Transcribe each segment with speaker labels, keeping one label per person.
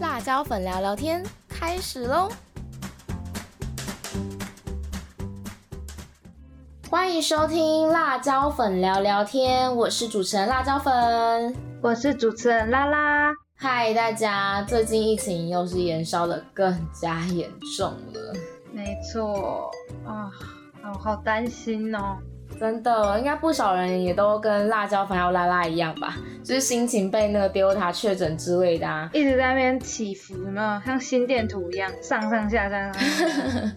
Speaker 1: 辣椒粉聊聊天开始喽！欢迎收听辣椒粉聊聊天，我是主持人辣椒粉。
Speaker 2: 我是主持人拉拉。
Speaker 1: 嗨，大家！最近疫情又是延烧的更加严重了，
Speaker 2: 没错啊，我好担心哦。
Speaker 1: 真的，应该不少人也都跟辣椒粉还有拉拉一样吧，就是心情被那个 Delta 确诊之类的啊，
Speaker 2: 一直在那边起伏，有没有像心电图一样上上下 下上上下？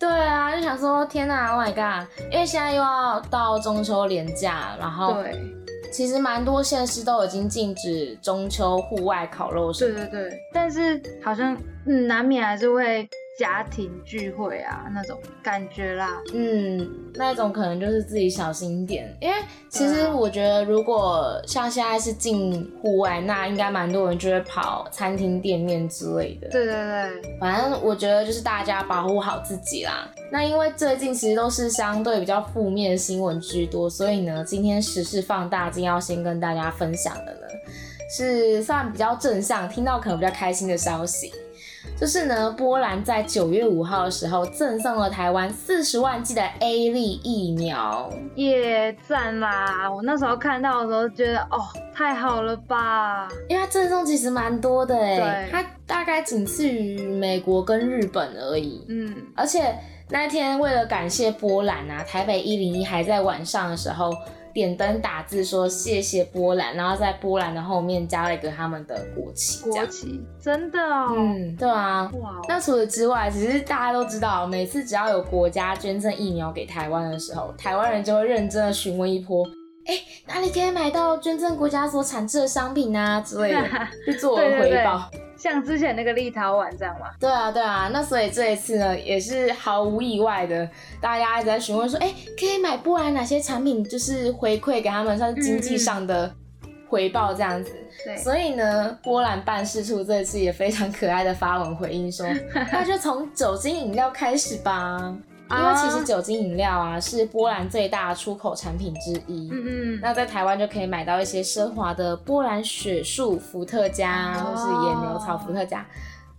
Speaker 1: 对啊，就想说天呐 o h my god！因为现在又要到中秋连假，然后
Speaker 2: 对
Speaker 1: 其实蛮多县市都已经禁止中秋户外烤肉什
Speaker 2: 对
Speaker 1: 么的。
Speaker 2: 对对，但是好像嗯，难免还是会家庭聚会啊那种感觉啦。
Speaker 1: 嗯，那一种可能就是自己小心一点，因为其
Speaker 2: 对
Speaker 1: 实
Speaker 2: 啊
Speaker 1: 我觉得，如果像现在是进户外，那应该蛮多人就会跑餐厅、店面之类的。
Speaker 2: 对对对，
Speaker 1: 反正我觉得就是大家保护好自己啦。那因为最近其实都是相对比较负面的新闻居多，所以呢，今天时事放大镜要先跟大家分享的呢，是算比较正向，听到可能比较开心的消息。就是呢，波兰在九月五号的时候赠送了台湾四十万剂的 A 粒疫苗，
Speaker 2: 耶赞啦！我那时候看到的时候觉得哦，太好了吧？
Speaker 1: 因为它赠送其实蛮多的哎
Speaker 2: 对，
Speaker 1: 它大概仅次于美国跟日本而已。
Speaker 2: 嗯，
Speaker 1: 而且那天为了感谢波兰啊，台北一零一还在晚上的时候点灯打字说谢谢波兰，然后在波兰的后面加了一个他们的国旗，这
Speaker 2: 国
Speaker 1: 样。
Speaker 2: 旗真的哦，
Speaker 1: 嗯，对啊。
Speaker 2: 哇哦，
Speaker 1: 那除此之外，其实大家都知道，每次只要有国家捐赠疫苗给台湾的时候，台湾人就会认真的询问一波，哎、哪里可以买到捐赠国家所产制的商品啊之类的，去做
Speaker 2: 对对
Speaker 1: 回
Speaker 2: 对
Speaker 1: 报。
Speaker 2: 像之前那个立陶宛这样嘛，
Speaker 1: 对啊，对啊，那所以这一次呢，也是毫无意外的，大家一直在询问说，哎、可以买波兰哪些产品，就是回馈给他们，算是经
Speaker 2: 嗯
Speaker 1: 济上的回报这样子。
Speaker 2: 对，
Speaker 1: 所以呢，波兰办事处这次也非常可爱的发文回 应说，那就从酒精饮料开始吧，因为其实
Speaker 2: 啊
Speaker 1: 酒精饮料啊是波兰最大的出口产品之一。
Speaker 2: 嗯嗯，
Speaker 1: 那在台湾就可以买到一些奢华的波兰雪树伏特加，
Speaker 2: 哦
Speaker 1: 或是野牛草伏特加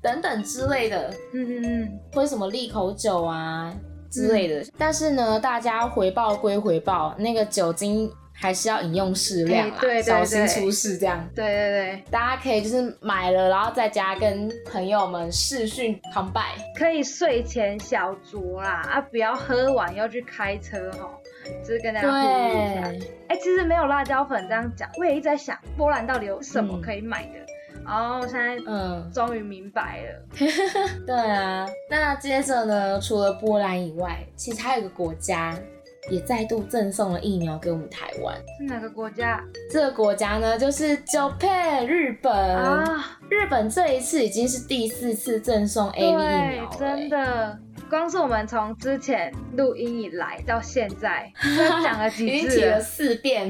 Speaker 1: 等等之类的，
Speaker 2: 嗯嗯嗯，
Speaker 1: 或者什么利口酒啊之类的。但是呢，大家回报归回报，那个酒精还是要饮用适量啦，啊
Speaker 2: 哎对对
Speaker 1: 小心
Speaker 2: 对
Speaker 1: 出事这样。
Speaker 2: 对对对，
Speaker 1: 大家可以就是买了，然后在家跟朋友们视讯 combine。
Speaker 2: 可以睡前小酌啦，啊，不要喝完要去开车哦，就是跟大家呼吁一下。
Speaker 1: 对，
Speaker 2: 哎、其实没有辣椒粉这样讲，我也一直在想波兰到底有什么
Speaker 1: 嗯
Speaker 2: 可以买的，然后现在
Speaker 1: 嗯。
Speaker 2: 终于明白了，
Speaker 1: 对啊，那接着呢，除了波兰以外，其实还有一个国家也再度赠送了疫苗给我们台湾。
Speaker 2: 是哪个国家、
Speaker 1: 这个国家呢，就是 Japan 日本。
Speaker 2: 啊？
Speaker 1: 日本这一次已经是第四次赠送 A 疫
Speaker 2: 对
Speaker 1: 苗，了、
Speaker 2: 真。的。光是我们从之前录音以来到现在，都讲 了
Speaker 1: 已
Speaker 2: 几
Speaker 1: 经
Speaker 2: 次
Speaker 1: 提欸了
Speaker 2: 了？
Speaker 1: 四遍，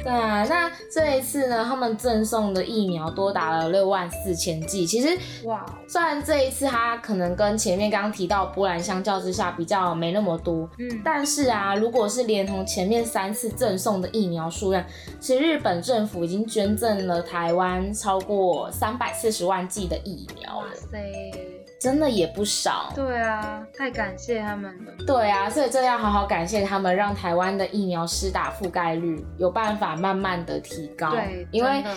Speaker 1: 对啊，那这一次呢，他们赠送的疫苗多达了六万四千剂。其实
Speaker 2: 哇，
Speaker 1: 虽然这一次它可能跟前面刚刚提到波兰相较之下比较没那么多，
Speaker 2: 嗯，
Speaker 1: 但是啊，如果是连同前面三次赠送的疫苗数量，其实日本政府已经捐赠了台湾超过三百四十万剂的疫苗
Speaker 2: 哇
Speaker 1: 了，
Speaker 2: 塞。
Speaker 1: 真的也不少。
Speaker 2: 对啊，太感谢他们了。
Speaker 1: 对啊，所以这要好好感谢他们，让台湾的疫苗施打覆盖率有办法慢慢的提高。
Speaker 2: 对
Speaker 1: 因为
Speaker 2: 真的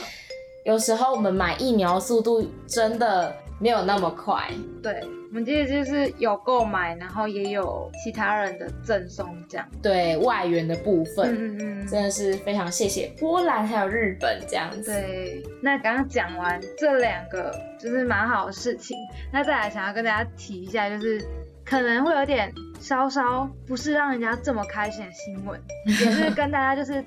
Speaker 1: 有时候我们买疫苗速度真的没有那么快。
Speaker 2: 对，我们这实就是有购买，然后也有其他人的赠送这样。
Speaker 1: 对外援的部分，
Speaker 2: 嗯嗯嗯，
Speaker 1: 真的是非常谢谢波兰还有日本这样子。
Speaker 2: 对。那刚刚讲完这两个就是蛮好的事情，那再来想要跟大家提一下，就是可能会有点稍稍不是让人家这么开心的新闻，也是跟大家就是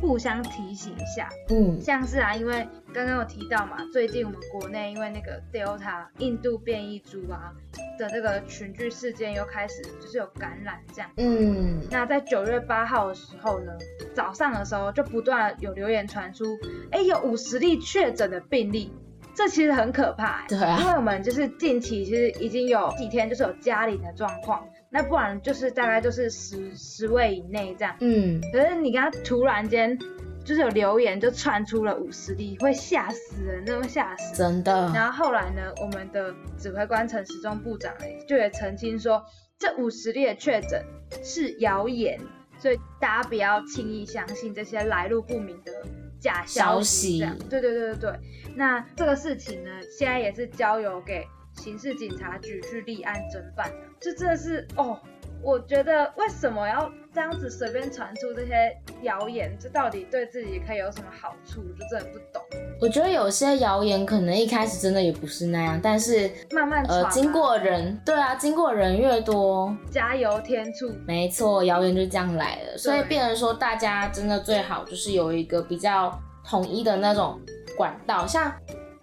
Speaker 2: 互相提醒一下。
Speaker 1: 嗯，
Speaker 2: 像是啊，因为刚刚有提到嘛，最近我们国内因为那个 Delta 印度变异株啊的这个群聚事件又开始就是有感染这样。
Speaker 1: 嗯，
Speaker 2: 那在九月八号的时候呢，早上的时候就不断有留言传出，哎，有五十例确诊的病例，这其实很可怕、欸。
Speaker 1: 对啊
Speaker 2: 因，为我们就是近期其实已经有几天就是有家里的状况，那不然就是大概就是十十位以内这样。
Speaker 1: 嗯，
Speaker 2: 可是你刚突然间就是有留言就窜出了五十例，会吓死人，那会吓死。
Speaker 1: 真的，
Speaker 2: 然后后来呢，我们的指挥官陈时中部长呢就也澄清说，这五十例的确诊是谣言，所以大家不要轻易相信这些来路不明的假消息。这样
Speaker 1: 消息
Speaker 2: 对对对对对。那这个事情呢，现在也是交由给刑事警察局去立案侦办的。这真的是哦，我觉得为什么要这样子随便传出这些谣言？这到底对自己可以有什么好处？我就真的不懂。
Speaker 1: 我觉得有些谣言可能一开始真的也不是那样，但是
Speaker 2: 慢慢传、
Speaker 1: 呃
Speaker 2: 啊，
Speaker 1: 经过人，对啊，经过人越多，
Speaker 2: 加油添醋，
Speaker 1: 没错，谣言就这样来了，所以变成说大家真的最好就是有一个比较统一的那种管道，像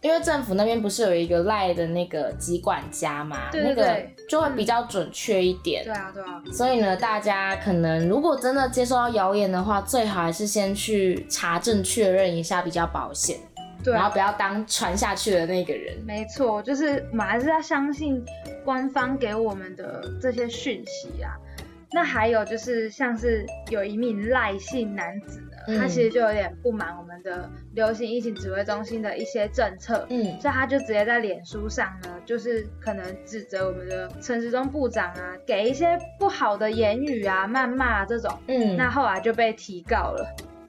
Speaker 1: 因为政府那边不是有一个赖的那个疾管家嘛，
Speaker 2: 对对
Speaker 1: 那
Speaker 2: 对
Speaker 1: 个就会比较准确一点
Speaker 2: 对。啊对啊，
Speaker 1: 所以呢，大家可能如果真的接收到谣言的话，最好还是先去查证确认一下比较保险，
Speaker 2: 对
Speaker 1: 然后
Speaker 2: 啊，
Speaker 1: 不要当传下去的那个人。
Speaker 2: 没错，就是我们还是要相信官方给我们的这些讯息啊。那还有就是，像是有一名赖姓男子呢，
Speaker 1: 嗯
Speaker 2: 他其实就有点不满我们的流行疫情指挥中心的一些政策，
Speaker 1: 嗯，
Speaker 2: 所以他就直接在脸书上呢，就是可能指责我们的陈时中部长啊，给一些不好的言语啊、谩骂、啊、这种。
Speaker 1: 嗯，
Speaker 2: 那后来就被提告了，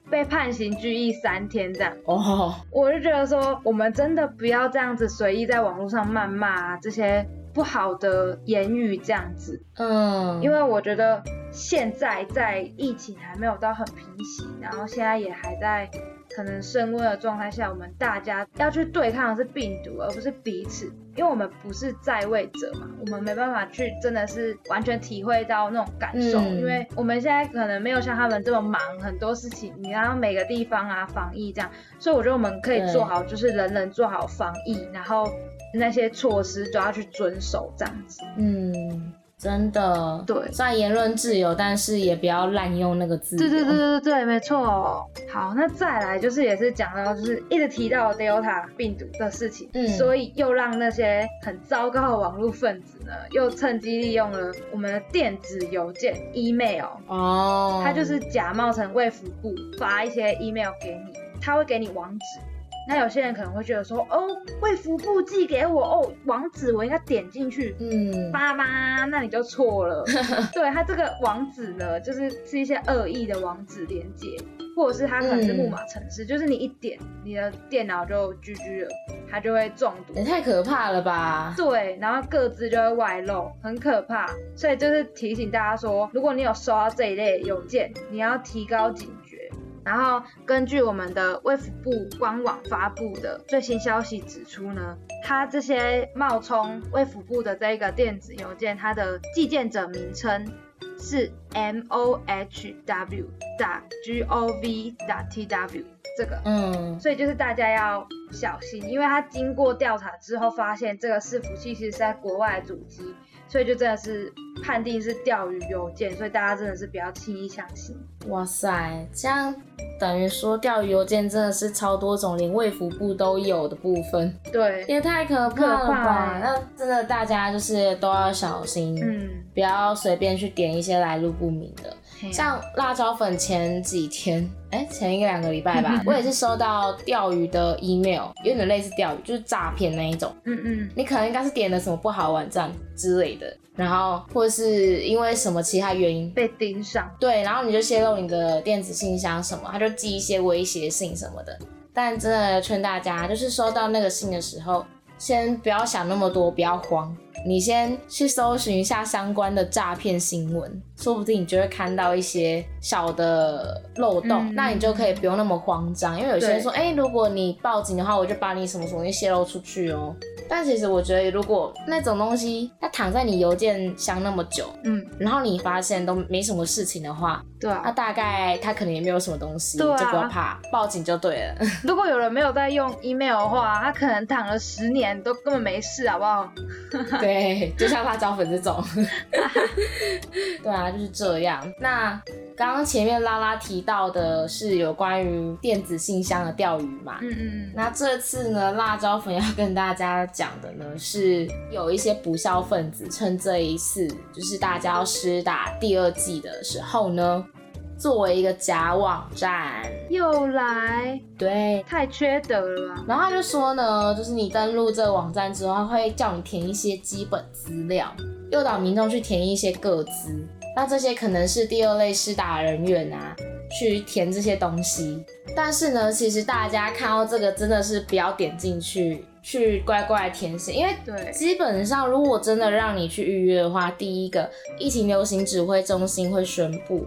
Speaker 2: 被判刑拘役三天这样。
Speaker 1: 哦，
Speaker 2: 我就觉得说，我们真的不要这样子随意在网络上谩骂、啊、这些不好的言语这样子，
Speaker 1: 嗯，
Speaker 2: 因为我觉得现在在疫情还没有到很平息，然后现在也还在可能升温的状态下，我们大家要去对抗的是病毒，而不是彼此，因为我们不是在位者嘛，我们没办法去真的是完全体会到那种感受，
Speaker 1: 嗯
Speaker 2: 因为我们现在可能没有像他们这么忙，很多事情你要每个地方啊防疫这样，所以我觉得我们可以
Speaker 1: 对
Speaker 2: 做好，就是人人做好防疫，然后那些措施都要去遵守这样子，
Speaker 1: 嗯，真的，
Speaker 2: 对
Speaker 1: 虽然言论自由，但是也不要滥用那个自由。
Speaker 2: 对对对，对对，没错。好，那再来就是也是讲到就是一直提到 Delta 病毒的事情，
Speaker 1: 嗯
Speaker 2: 所以又让那些很糟糕的网络分子呢，又趁机利用了我们的电子邮件 email，
Speaker 1: 哦，
Speaker 2: 他就是假冒成卫福部发一些 email 给你，他会给你网址。那有些人可能会觉得说，哦，卫福部寄给我哦网址，我应该点进去，
Speaker 1: 嗯，
Speaker 2: 爸妈，那你就错了。对他这个网址呢，就是是一些恶意的网址连接，或者是它可能是木马程式，就是你一点，你的电脑就 GG 了，它就会中毒
Speaker 1: 也。太可怕了吧？
Speaker 2: 对，然后各自就会外露，很可怕。所以就是提醒大家说，如果你有收到这一类邮件，你要提高警觉。然后根据我们的卫福部官网发布的最新消息指出呢，它这些冒充卫福部的这个电子邮件，它的寄件者名称是 m o h w g o v t w 这个。
Speaker 1: 嗯，
Speaker 2: 所以就是大家要小心，因为他经过调查之后发现这个伺服器其实是在国外的主机，所以就真的是判定是钓鱼邮件，所以大家真的是不要轻易相信。
Speaker 1: 哇塞，这样等于说钓鱼邮件真的是超多种，连卫福部都有的部分，
Speaker 2: 对，
Speaker 1: 也太可怕了
Speaker 2: 可怕
Speaker 1: 吧？
Speaker 2: 欸
Speaker 1: 那真的大家就是都要小心，
Speaker 2: 嗯，
Speaker 1: 不要随便去点一些来路不明的。
Speaker 2: 嘿啊
Speaker 1: 像辣椒粉前几天，哎、前一个两个礼拜吧，我也是收到钓鱼的 email，有点类似钓鱼，就是诈骗那一种。
Speaker 2: 嗯嗯，
Speaker 1: 你可能应该是点了什么不好的网站之类的，然后或是因为什么其他原因，
Speaker 2: 被盯上，
Speaker 1: 对，然后你就泄露你的电子信箱什么，他就寄一些威胁信什么的。但真的劝大家，就是收到那个信的时候，先不要想那么多，不要慌，你先去搜寻一下相关的诈骗新闻，说不定你就会看到一些小的漏洞，
Speaker 2: 嗯
Speaker 1: 那你就可以不用那么慌张。因为有些人
Speaker 2: 对
Speaker 1: 说，哎、如果你报警的话，我就把你什么什么东西泄露出去哦。但其实我觉得，如果那种东西它躺在你邮件箱那么久，
Speaker 2: 嗯，
Speaker 1: 然后你发现都没什么事情的话，
Speaker 2: 对
Speaker 1: 那
Speaker 2: 啊。
Speaker 1: 大概他可能也没有什么东西，
Speaker 2: 对啊
Speaker 1: 就不要怕，报警就对了。
Speaker 2: 如果有人没有在用 email 的话，他可能躺了十年都根本没事，好不好？
Speaker 1: 对，就像辣椒粉这种， 对啊，就是这样。那刚刚前面拉拉提到的是有关于电子信箱的钓鱼嘛？
Speaker 2: 嗯嗯嗯，
Speaker 1: 那这次呢，辣椒粉要跟大家讲的呢是，有一些不孝分子趁这一次，就是大家要施打第二季的时候呢，作为一个假网站，
Speaker 2: 又来，
Speaker 1: 对。
Speaker 2: 太缺德了啊吧？
Speaker 1: 然后他就说呢，就是你登录这个网站之后，他会叫你填一些基本资料，诱导民众去填一些个资。那这些可能是第二类施打人员啊，去填这些东西。但是呢，其实大家看到这个真的是不要点进去，去乖乖填写，因为
Speaker 2: 对，
Speaker 1: 基本上，如果真的让你去预约的话，第一个，疫情流行指挥中心会宣布，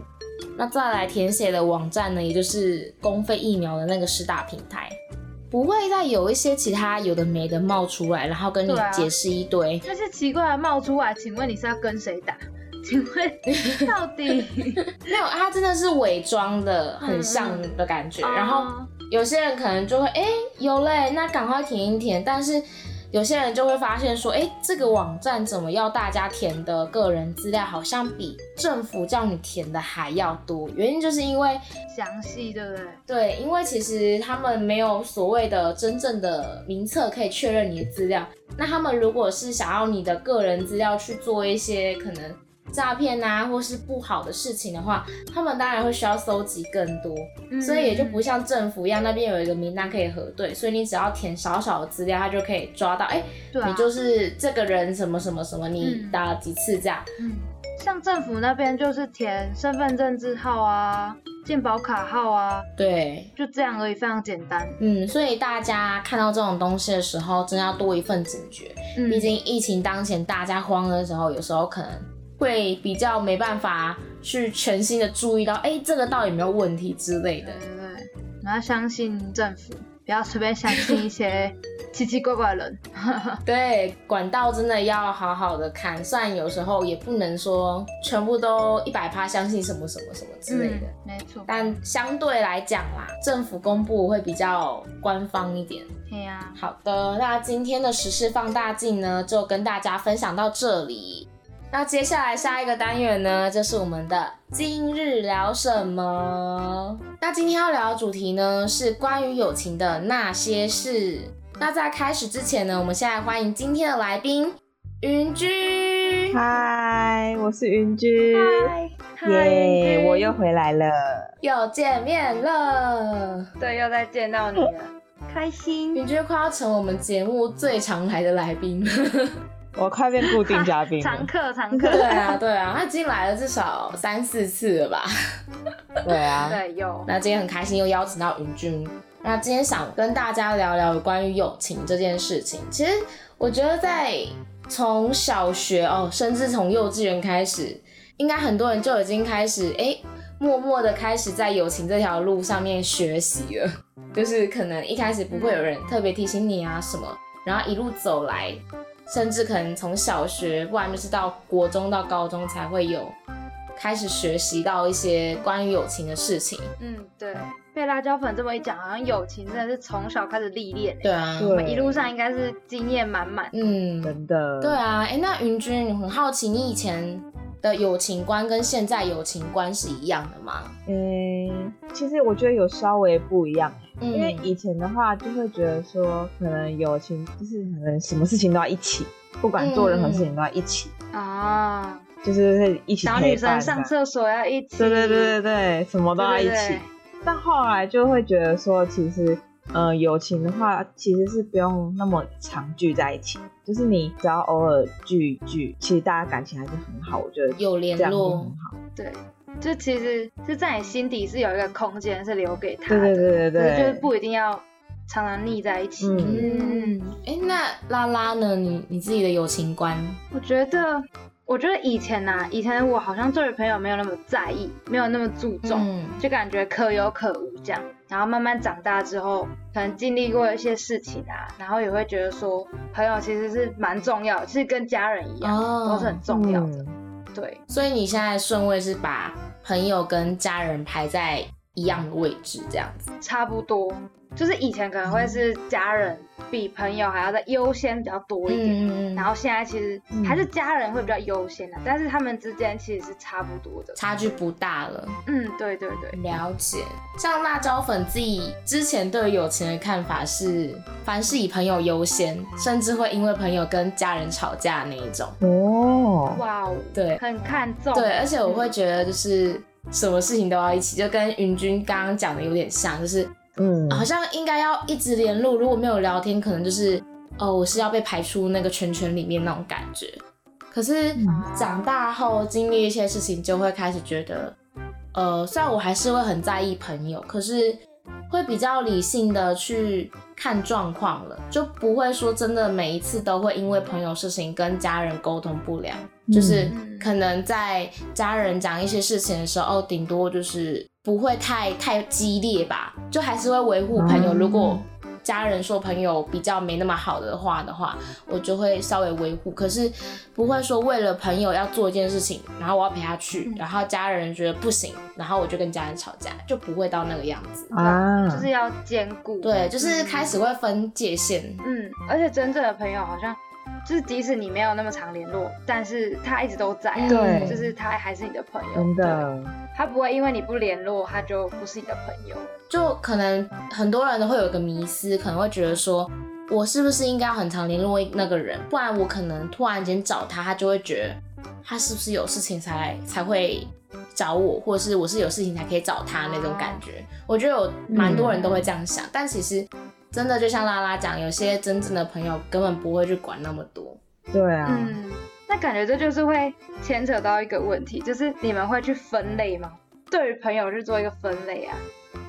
Speaker 1: 那再来填写的网站呢，也就是公费疫苗的那个施打平台，不会再有一些其他有的没的冒出来，然后跟你
Speaker 2: 对啊
Speaker 1: 解释一堆。
Speaker 2: 那些奇怪的啊冒出来，请问你是要跟谁打？ 请 问到底？
Speaker 1: 没有，它真的是伪装的，很
Speaker 2: 嗯
Speaker 1: 像的感觉。然后
Speaker 2: 哦
Speaker 1: 有些人可能就会，哎、有嘞，那赶快填一填。但是有些人就会发现说，哎、这个网站怎么要大家填的个人资料，好像比政府叫你填的还要多。原因就是因为，
Speaker 2: 详细，对不对？
Speaker 1: 对，因为其实他们没有所谓的真正的名册可以确认你的资料。那他们如果是想要你的个人资料去做一些可能诈骗啊，或是不好的事情的话，他们当然会需要搜集更多。
Speaker 2: 嗯
Speaker 1: 所以也就不像政府一样，那边有一个名单可以核对，所以你只要填少少的资料，他就可以抓到，哎、
Speaker 2: 对啊，
Speaker 1: 你就是这个人什么什么什么，你
Speaker 2: 嗯
Speaker 1: 打了几次这样。
Speaker 2: 嗯，像政府那边就是填身份证字号啊、健保卡号啊，
Speaker 1: 对，
Speaker 2: 就这样而已，非常简单。
Speaker 1: 嗯，所以大家看到这种东西的时候，真的要多一份警觉，
Speaker 2: 嗯，
Speaker 1: 毕竟疫情当前，大家慌的时候，有时候可能会比较没办法去全心的注意到，哎、这个到底有没有问题之类的
Speaker 2: 对。对对，你要相信政府，不要随便相 信一些奇奇怪怪的人。
Speaker 1: 对，管道真的要好好的看，虽然有时候也不能说全部都一百趴相信什么什么什么 之类的，
Speaker 2: 嗯，没错。
Speaker 1: 但相对来讲啦，政府公布会比较官方一点。
Speaker 2: 对呀、
Speaker 1: 好的，那今天的时事放大镜呢，就跟大家分享到这里。那接下来下一个单元呢，就是我们的今日聊什么？那今天要聊的主题呢，是关于友情的那些事。那在开始之前呢，我们先来欢迎今天的来宾云居。
Speaker 3: 嗨，我是云居，
Speaker 2: 嗨
Speaker 3: 耶
Speaker 2: 君
Speaker 3: 我又回来了。
Speaker 1: 又见面了，
Speaker 2: 对，又再见到你了，开心。
Speaker 1: 云居快要成我们节目最常来的来宾 了。
Speaker 3: 我快变固定 嘉宾
Speaker 2: 常
Speaker 3: 了，
Speaker 2: 客，常客。
Speaker 1: 对啊，对啊，他已经来了至少三四次了吧？
Speaker 3: 对啊，
Speaker 2: 对，有。
Speaker 1: 那今天很开心又邀请到云君。那今天想跟大家聊聊有关于友情这件事情。其实我觉得在从小学哦，甚至从幼稚园开始，应该很多人就已经开始哎、默默的开始在友情这条路上面学习了。 就是可能一开始不会有人特别提醒你啊什么，然后一路走来，甚至可能从小学，不然就是到国中到高中才会有开始学习到一些关于友情的事情。
Speaker 2: 嗯，对。被辣椒粉这么一讲，好像友情真的是从小开始历练，
Speaker 1: 对啊，
Speaker 3: 对
Speaker 2: 我们一路上应该是经验满满。
Speaker 1: 嗯，
Speaker 3: 真的，
Speaker 1: 对啊，哎、那云君，你很好奇，你以前的友情观跟现在友情观是一样的吗？
Speaker 3: 嗯，其实我觉得有稍微不一样，
Speaker 1: 嗯，
Speaker 3: 因为以前的话就会觉得说，可能友情就是可能什么事情都要一起，不管做任何
Speaker 2: 嗯
Speaker 3: 事情都要一起，
Speaker 2: 啊，
Speaker 3: 就是会一起
Speaker 2: 小
Speaker 3: 嗯陪
Speaker 2: 女生
Speaker 3: 伴这
Speaker 2: 上
Speaker 3: 样。
Speaker 2: 厕所要一起，
Speaker 3: 对对对对对，什么都要一
Speaker 2: 对
Speaker 3: 起
Speaker 2: 对。
Speaker 3: 但后来就会觉得说，其实，呃，友情的话，其实是不用那么常聚在一起，就是你只要偶尔聚一聚，其实大家感情还是很好，我觉得
Speaker 1: 有联
Speaker 3: 这样就很
Speaker 1: 络，
Speaker 3: 好。
Speaker 2: 对，就其实是在你心底是有一个空间是留给他
Speaker 3: 对
Speaker 2: 的，
Speaker 3: 对对对
Speaker 2: 可是
Speaker 3: 对，
Speaker 2: 就是不一定要常常腻在一起。
Speaker 3: 嗯
Speaker 1: 嗯，哎、那拉拉呢？你你自己的友情观，
Speaker 2: 我觉得，我觉得以前呐、以前我好像对朋友没有那么在意，没有那么注重，
Speaker 1: 嗯
Speaker 2: 就感觉可有可无这样。然后慢慢长大之后，可能经历过一些事情啊，然后也会觉得说，朋友其实是蛮重要的，是跟家人一样，都是
Speaker 1: 哦
Speaker 2: 很，重要的。
Speaker 3: 嗯
Speaker 2: 对，
Speaker 1: 所以你现在的顺位是把朋友跟家人排在一样的位置，这样子。
Speaker 2: 差不多。就是以前可能会是家人比朋友还要再优先比较多一
Speaker 1: 嗯
Speaker 2: 点，
Speaker 1: 嗯嗯，
Speaker 2: 然后现在其实
Speaker 3: 嗯
Speaker 2: 还是家人会比较优先的、啊但是他们之间其实是差不多的。
Speaker 1: 差距不大了。
Speaker 2: 嗯，对对对，
Speaker 1: 了解，像辣椒粉自己之前对友情的看法是，凡事以朋友优先，甚至会因为朋友跟家人吵架那一种。
Speaker 3: 哦，
Speaker 2: 哇哦，
Speaker 1: 对
Speaker 2: 很看重。嗯
Speaker 1: 对，而且我会觉得就是什么事情都要一起，就跟云君刚刚讲的有点像，就是
Speaker 3: 嗯，
Speaker 1: 好像应该要一直联络，如果没有聊天，可能就是哦，我是要被排出那个圈圈里面那种感觉。可是
Speaker 3: 嗯
Speaker 1: 长大后经历一些事情，就会开始觉得，呃，虽然我还是会很在意朋友，可是会比较理性的去看状况了，就不会说真的每一次都会因为朋友事情跟家人沟通不良。就是
Speaker 2: 嗯
Speaker 1: 可能在家人讲一些事情的时候，哦，顶多就是不会太太激烈吧，就还是会维护朋友。
Speaker 3: 嗯
Speaker 1: 如果家人说朋友比较没那么好的话的话，我就会稍微维护，可是不会说为了朋友要做一件事情，然后我要陪他去
Speaker 2: 嗯，
Speaker 1: 然后家人觉得不行，然后我就跟家人吵架，就不会到那个样子。
Speaker 3: 啊，
Speaker 2: 就是要兼顾。
Speaker 1: 对，就是
Speaker 2: 嗯
Speaker 1: 开始会分界限，
Speaker 2: 嗯，而且真正的朋友好像就是即使你没有那么常联络，但是他一直都在、啊，
Speaker 3: 对
Speaker 2: 就是他还是你的朋友，
Speaker 3: 真的，
Speaker 2: 对，他不会因为你不联络，他就不是你的朋友。
Speaker 1: 就可能很多人都会有一个迷思，可能会觉得说，我是不是应该要很常联络那个人，不然我可能突然间找他，他就会觉得他是不是有事情才来才会找我，或者是我是有事情才可以找他那种感觉。我觉得有蛮多人都会这样想，但其实真的就像拉拉讲，有些真正的朋友根本不会去管那么多。
Speaker 3: 对啊，
Speaker 2: 嗯，那感觉这就是会牵扯到一个问题，就是你们会去分类吗？对于朋友去做一个分类啊，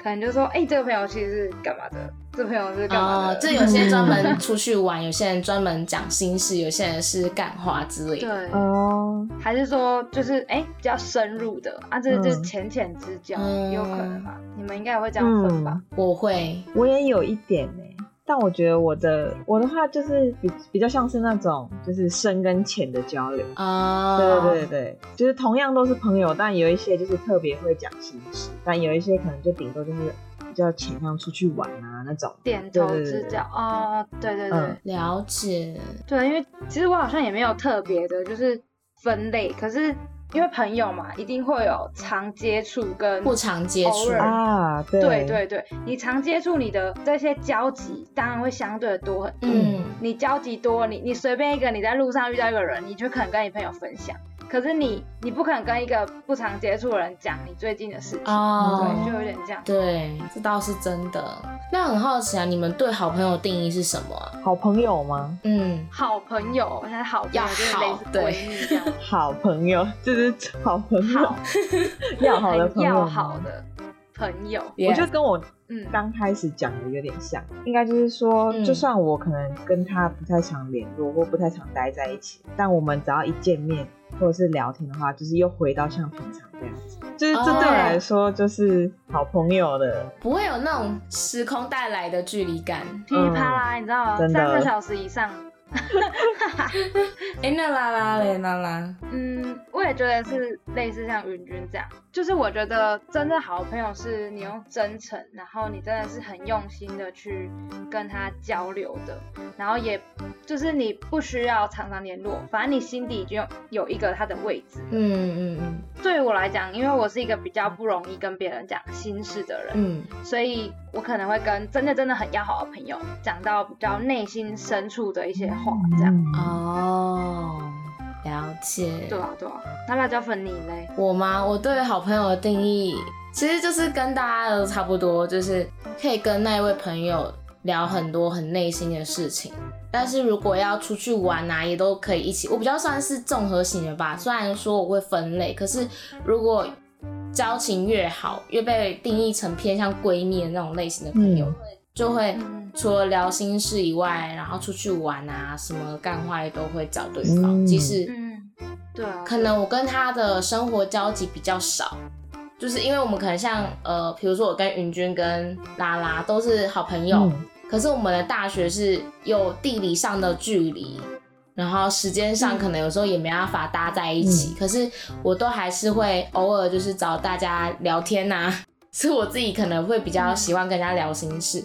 Speaker 2: 可能就说，哎、这个朋友其实是干嘛的，这朋友是干嘛的，
Speaker 1: 哦，就有些专门出去玩，有些人专门讲心事，有些人是干话之类的。
Speaker 2: 对，
Speaker 3: 哦，
Speaker 2: 还是说就是哎、比较深入的啊，这
Speaker 3: 嗯
Speaker 2: 就是浅浅之交，
Speaker 1: 嗯
Speaker 2: 也有可能吧？你们应该也会这样分吧？
Speaker 3: 嗯，
Speaker 1: 我会，
Speaker 3: 我也有一点呢、但我觉得我的我的话就是比比较像是那种就是深跟浅的交流。
Speaker 1: 啊、
Speaker 3: 对
Speaker 2: 嗯
Speaker 3: 对对对，就是同样都是朋友，但有一些就是特别会讲心事，但有一些可能就顶多就是比较倾向出去玩啊那种。
Speaker 2: 点头
Speaker 3: 对对
Speaker 2: 之
Speaker 3: 对
Speaker 2: 交哦，对对对、
Speaker 3: 嗯
Speaker 1: 了解，
Speaker 2: 对，因为其实我好像也没有特别的，就是分类，可是因为朋友嘛，一定会有常接触跟
Speaker 1: 不常接触
Speaker 2: 偶尔
Speaker 3: 啊，对
Speaker 2: 对对对，你常接触你的这些交集，当然会相对的多很多。
Speaker 1: 嗯，
Speaker 2: 你交集多，你你随便一个你在路上遇到一个人，你就可能跟你朋友分享。可是你你不可能跟一个不常接触的人讲你最近的事情，
Speaker 1: 哦
Speaker 2: 对，就有点这样。
Speaker 1: 对，这倒是真的。那很好奇啊，你们对好朋友定义是什么啊、
Speaker 3: 好朋友吗？
Speaker 1: 嗯，
Speaker 2: 好朋友，现在好朋友
Speaker 1: 要
Speaker 2: 就是类似
Speaker 1: 好对
Speaker 2: 闺蜜这样，
Speaker 3: 好朋友，就是好朋友
Speaker 2: 好，
Speaker 3: 要 好的
Speaker 2: 很
Speaker 3: 朋友，
Speaker 2: 要好。的朋友，
Speaker 3: 我觉得跟我
Speaker 2: 嗯，
Speaker 3: 刚开始讲的有点像，应该就是说，
Speaker 1: 嗯
Speaker 3: 就算我可能跟他不太常联络或不太常待在一起，但我们只要一见面或者是聊天的话，就是又回到像平常这样子，就是这对我来说就是好朋友的，
Speaker 1: 不会有那种时空带来的距离感。
Speaker 2: 噼里啪啦，你知道吗？
Speaker 3: 嗯真的
Speaker 2: 三个小时以上，
Speaker 1: 哎、那拉拉嘞，拉拉，
Speaker 2: 嗯，我也觉得是类似像云君这样，就是我觉得真正好朋友是你用真诚，然后你真的是很用心的去跟他交流的，然后也就是你不需要常常联络，反正你心底已经有有一个他的位置。
Speaker 1: 嗯嗯嗯
Speaker 2: 对于我来讲，因为我是一个比较不容易跟别人讲心事的人，
Speaker 1: 嗯，
Speaker 2: 所以我可能会跟真的真的很要好的朋友讲到比较内心深处的一些话，这样。
Speaker 3: 嗯
Speaker 1: 哦，了解。
Speaker 2: 对啊，对啊。那辣椒粉你嘞？
Speaker 1: 我吗？我对好朋友的定义其实就是跟大家的差不多，就是可以跟那一位朋友聊很多很内心的事情。但是如果要出去玩啊，也都可以一起。我比较算是综合型的吧，虽然说我会分类，可是如果交情越好，越被定义成偏向闺蜜的那种类型的朋友，
Speaker 3: 嗯
Speaker 1: 就会
Speaker 2: 嗯
Speaker 1: 除了聊心事以外，然后出去玩啊，什么干话也都会找对方，
Speaker 3: 嗯
Speaker 1: 即使
Speaker 2: 嗯，对啊。
Speaker 1: 可能我跟他的生活交集比较少，就是因为我们可能像呃，比如说我跟云君跟拉拉都是好朋友，
Speaker 3: 嗯
Speaker 1: 可是我们的大学是有地理上的距离，然后时间上
Speaker 2: 嗯
Speaker 1: 可能有时候也没办法搭在一起，可是我都还是会偶尔就是找大家聊天呐、 是我自己可能会比较喜欢跟人家聊心事。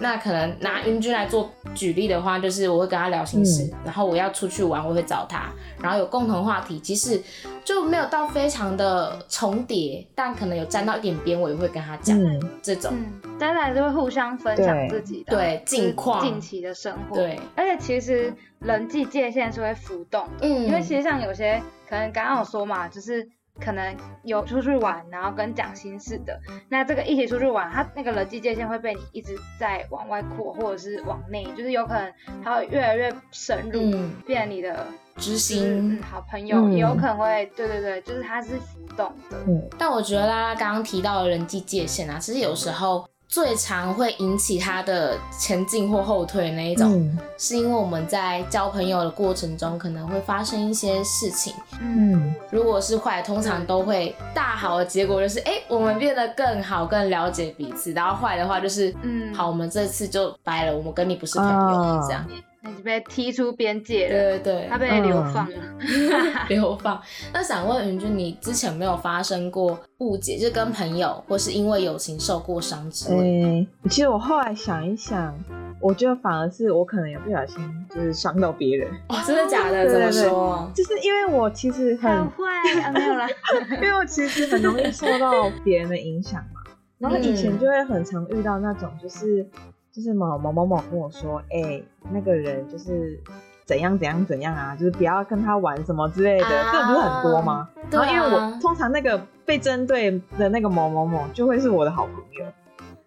Speaker 1: 那可能拿云君来做举例的话，就是我会跟他聊心事，然后我要出去玩，我会找他，然后有共同话题，即使就没有到非常的重叠，但可能有沾到一点边，我也会跟他讲、
Speaker 3: 嗯
Speaker 1: 这种。
Speaker 2: 嗯，大家还是会互相分享
Speaker 3: 对
Speaker 2: 自己的
Speaker 1: 对
Speaker 2: 就是
Speaker 1: 近况
Speaker 2: 近期的生活。，
Speaker 1: 对，
Speaker 2: 而且其实人际界限是会浮动的，
Speaker 1: 嗯
Speaker 2: 因为其实像有些可能刚刚有说嘛，就是可能有出去玩，然后跟讲心事的，那这个一起出去玩，他那个人际界限会被你一直在往外扩，或者是往内，就是有可能他会越来越深入，
Speaker 1: 嗯
Speaker 2: 变成你的
Speaker 1: 知
Speaker 2: 嗯
Speaker 1: 心
Speaker 2: 嗯。好朋友，也有可能会对对对，就是他是浮动的，
Speaker 1: 但我觉得拉拉刚刚提到的人际界限啊，其实有时候最常会引起他的前进或后退那一种，
Speaker 3: 嗯
Speaker 1: 是因为我们在交朋友的过程中可能会发生一些事情，
Speaker 2: 嗯，
Speaker 3: 嗯
Speaker 1: 如果是坏，通常都会大好的结果就是，哎、我们变得更好，更了解彼此。然后坏的话就是，
Speaker 2: 嗯
Speaker 1: 好，我们这次就掰了，我们跟你不是朋友，
Speaker 3: 哦
Speaker 1: 这样。
Speaker 2: 那就被踢出边界了，
Speaker 1: 对对对，
Speaker 2: 他被流放了。
Speaker 1: 流放。那想问云君，你之前没有发生过误解，就跟朋友或是因为友情受过伤之类的？
Speaker 3: 诶、其实我后来想一想，我觉得反而是我可能也不小心就是伤到别人，
Speaker 1: 哦，真的假的？
Speaker 3: 对
Speaker 1: 怎么
Speaker 3: 对对
Speaker 1: 说？
Speaker 3: 就是因为我其实
Speaker 2: 很
Speaker 3: 很，
Speaker 2: 坏啊，没有啦，
Speaker 3: 因为我其实很容易受到别人的影响嘛。然后以前就会很常遇到那种，就是就是某某某某跟我说，哎、那个人就是怎样怎样怎样啊，就是不要跟他玩什么之类的，
Speaker 1: 啊
Speaker 3: 这种不是很多吗？
Speaker 1: 对
Speaker 3: 然
Speaker 1: 啊
Speaker 3: 后哦因为我通常那个被针对的那个某某某就会是我的好朋友，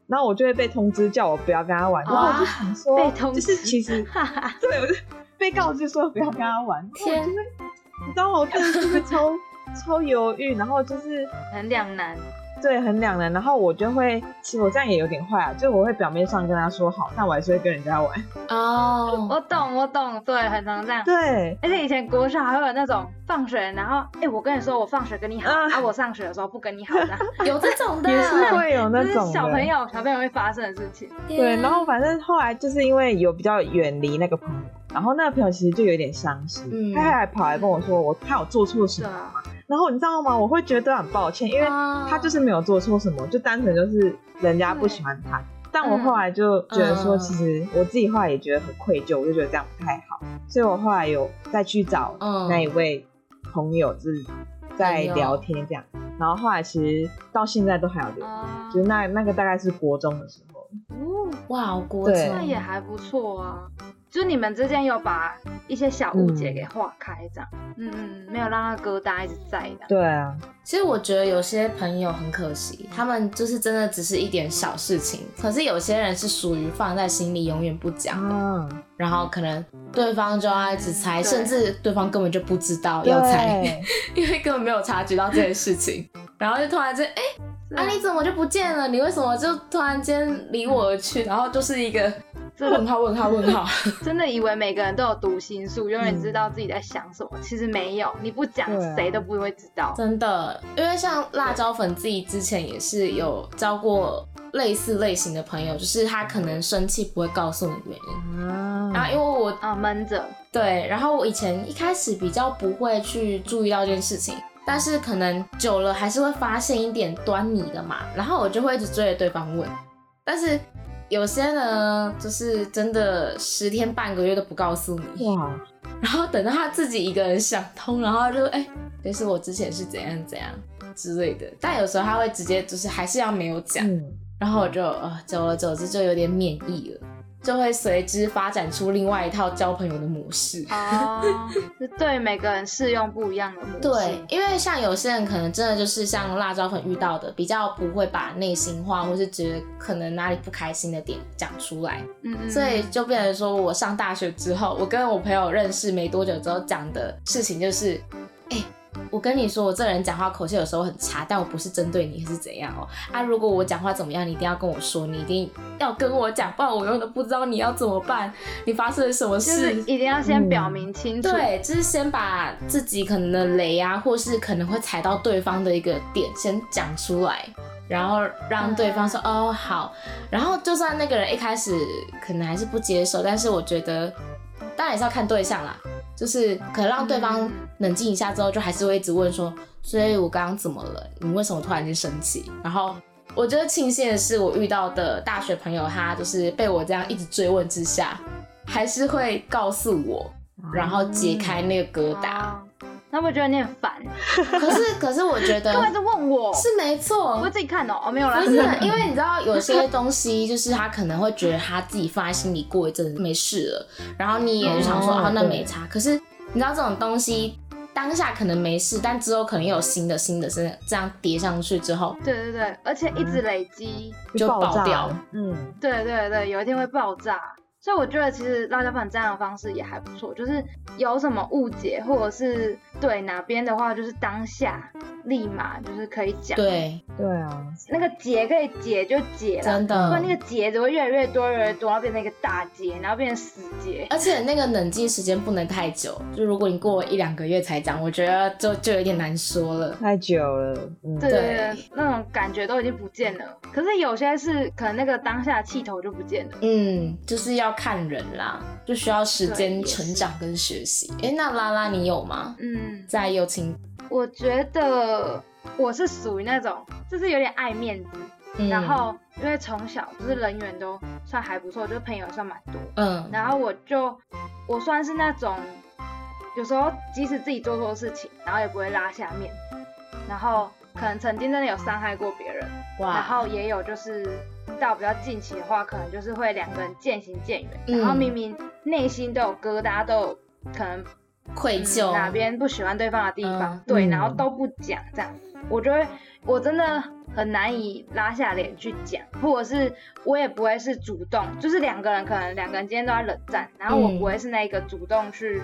Speaker 3: 然后我就会被通知叫我不要跟他玩，然后我就想说，
Speaker 2: 被通知
Speaker 3: 就是 其实对，我就被告知说不要跟他玩，
Speaker 1: 天
Speaker 3: 然后我就会你知道吗？我真的就会超超犹豫，然后就是
Speaker 2: 很两难。
Speaker 3: 对很两难，然后我就会其实我这样也有点坏啊，就我会表面上跟他说好，但我还是会跟人家玩，
Speaker 1: 哦，
Speaker 2: 我懂，我懂，对，很常这样。
Speaker 3: 对。
Speaker 2: 而且以前国小还会有那种放学，然后哎、我跟你说，我放学跟你好，
Speaker 3: 啊
Speaker 2: 啊，我上学的时候不跟你好的，
Speaker 1: 有这种的，
Speaker 3: 也是会有那
Speaker 2: 这
Speaker 3: 种
Speaker 2: 啊是
Speaker 3: 的
Speaker 2: 小朋友小朋友会发生的事情。
Speaker 1: 天
Speaker 3: 对，然后反正后来就是因为有比较远离那个朋友，然后那个朋友其实就有点伤心，
Speaker 1: 嗯
Speaker 3: 他还跑来跟我说我他有做错什
Speaker 2: 对
Speaker 3: 么，
Speaker 2: 啊，
Speaker 3: 然后你知道吗？我会觉得很抱歉，因为
Speaker 1: 哦
Speaker 3: 他就是没有做错什么，就单纯就是人家不喜欢他。但我后来就觉得说，
Speaker 1: 嗯
Speaker 3: 其实我自己后来也觉得很愧疚，我就觉得这样不太好，所以我后来有再去找
Speaker 1: 嗯
Speaker 3: 那一位朋友，就是在
Speaker 1: 朋友
Speaker 3: 聊天这样。然后后来其实到现在都还有聊，
Speaker 2: 啊
Speaker 3: 就是那那个大概是国中的时候，
Speaker 2: 哦，
Speaker 1: 哇，我国中哦
Speaker 3: 对
Speaker 2: 那也还不错啊。就你们之间有把一些小误解给化开，这样，嗯嗯，没有让那疙瘩一直在的。
Speaker 3: 对啊，
Speaker 1: 其实我觉得有些朋友很可惜，他们就是真的只是一点小事情，可是有些人是属于放在心里永远不讲的，
Speaker 3: 啊，
Speaker 1: 然后可能对方就要一直猜，
Speaker 2: 对
Speaker 1: 甚至对方根本就不知道
Speaker 3: 对
Speaker 1: 要猜，因为根本没有察觉到这件事情，然后就突然间，哎、
Speaker 2: 嗯
Speaker 1: 啊你怎么就不见了？你为什么就突然间离我而去？然后就是一个
Speaker 2: 这
Speaker 1: 问号问号问号，
Speaker 2: 真的以为每个人都有读心术，永远知道自己在想什么，其实没有，你不讲
Speaker 3: 嗯对啊
Speaker 2: 谁都不会知道。
Speaker 1: 真的，因为像辣椒粉自己之前也是有交过类似类型的朋友，就是他可能生气不会告诉你原因。
Speaker 3: 啊，
Speaker 1: 然后因为我
Speaker 2: 啊，闷着，
Speaker 1: 对，然后我以前一开始比较不会去注意到这件事情，但是可能久了还是会发现一点端倪的嘛，然后我就会一直追着对方问，但是有些呢，就是真的十天半个月都不告诉你，
Speaker 3: 哇，
Speaker 1: 然后等到他自己一个人想通，然后他就哎，其实我之前是怎样怎样之类的。但有时候他会直接就是还是要没有讲，
Speaker 3: 嗯，
Speaker 1: 然后我就呃久而久之就有点免疫了，就会随之发展出另外一套交朋友的模式。
Speaker 2: 哦，是 对每个人适用不一样的模式。
Speaker 1: 对，，因为像有些人可能真的就是像辣椒粉遇到的，比较不会把内心话或是觉得可能哪里不开心的点讲出来，
Speaker 2: 嗯嗯，
Speaker 1: 所以就变成说，我上大学之后，我跟我朋友认识没多久之后讲的事情就是，哎、我跟你说，我这人讲话口气有时候很差，但我不是针对你，是怎样哦？啊，如果我讲话怎么样，你一定要跟我说，你一定要跟我讲，不然我永远都不知道你要怎么办，你发生了什么
Speaker 2: 就是
Speaker 1: 事。
Speaker 2: 一定要先表明清楚。，
Speaker 1: 对，就是先把自己可能的雷啊，或是可能会踩到对方的一个点，先讲出来，然后让对方说、
Speaker 2: 嗯
Speaker 1: 哦好，然后就算那个人一开始可能还是不接受，但是我觉得当然也是要看对象啦，就是可能让对方
Speaker 2: 嗯
Speaker 1: 冷静一下之后，就还是会一直问说，所以我刚刚怎么了？你为什么突然间生气？然后。我觉得庆幸的是，我遇到的大学朋友，他就是被我这样一直追问之下，还是会告诉我，然后解
Speaker 3: 啊
Speaker 1: 开那个疙瘩。
Speaker 2: 哦，那我觉得你很烦，
Speaker 1: 可是，可是我觉 得
Speaker 2: 干嘛一直问啊我？
Speaker 1: 是没
Speaker 2: 我
Speaker 1: 错
Speaker 2: 会，自己看哦，哦没有啦
Speaker 1: 不。是 因为你知道有些东西，就是他可能会觉得他自己放在心里过一阵子没事了，然后你也就想说
Speaker 3: 哦
Speaker 1: 啊，那
Speaker 3: 对
Speaker 1: 没差。可是你知道这种东西。当下可能没事，但之后可能又有新的新的，这这样叠上去之后，
Speaker 2: 对对对，而且一直累积，
Speaker 1: 就爆
Speaker 3: 爆炸
Speaker 1: 掉
Speaker 3: 了。嗯，
Speaker 2: 对对对，有一天会爆炸。所以我觉得其实辣椒粉这样的方式也还不错，就是有什么误解或者是对哪边的话，就是当下立马就是可以讲，，
Speaker 1: 对，
Speaker 3: 对啊，
Speaker 2: 那个结可以解就解了，
Speaker 1: 真
Speaker 2: 啊不
Speaker 1: 的
Speaker 2: 然。那个结只会越来越多，越来越多，然后变成一个大结，然后变成死结。
Speaker 1: 而且那个冷静时间不能太久，就如果你过一两个月才讲，我觉得就就有点难说了。
Speaker 3: 太久了，嗯，
Speaker 2: 对
Speaker 1: 对
Speaker 2: 对对，那种感觉都已经不见了。可是有些是可能那个当下气头就不见了。
Speaker 1: 嗯，就是要看人啦，就需要时间成长跟学习。哎、那拉拉你有吗？
Speaker 2: 嗯，
Speaker 1: 在友情，
Speaker 2: 我觉得我是属于那种，就是有点爱面子，
Speaker 1: 嗯
Speaker 2: 然后因为从小就是人缘都算还不错，就是朋友也算蛮多，
Speaker 1: 嗯，
Speaker 2: 然后我就我算是那种，有时候即使自己做错事情，然后也不会拉下面，然后可能曾经真的有伤害过别人，然
Speaker 1: 哇，
Speaker 2: 后也有就是到比较近期的话，可能就是会两个人渐行渐远，
Speaker 1: 嗯
Speaker 2: 然后明明内心都有疙瘩，都有可能
Speaker 1: 愧疚、
Speaker 2: 嗯哪边不喜欢对方的地方，
Speaker 1: 嗯
Speaker 2: 对，
Speaker 3: 嗯
Speaker 2: 然后都不讲这样，我就会我真的很难以拉下脸去讲，或者是我也不会是主动，就是两个人可能两个人今天都在冷战，然后我
Speaker 1: 嗯
Speaker 2: 不会是那个主动去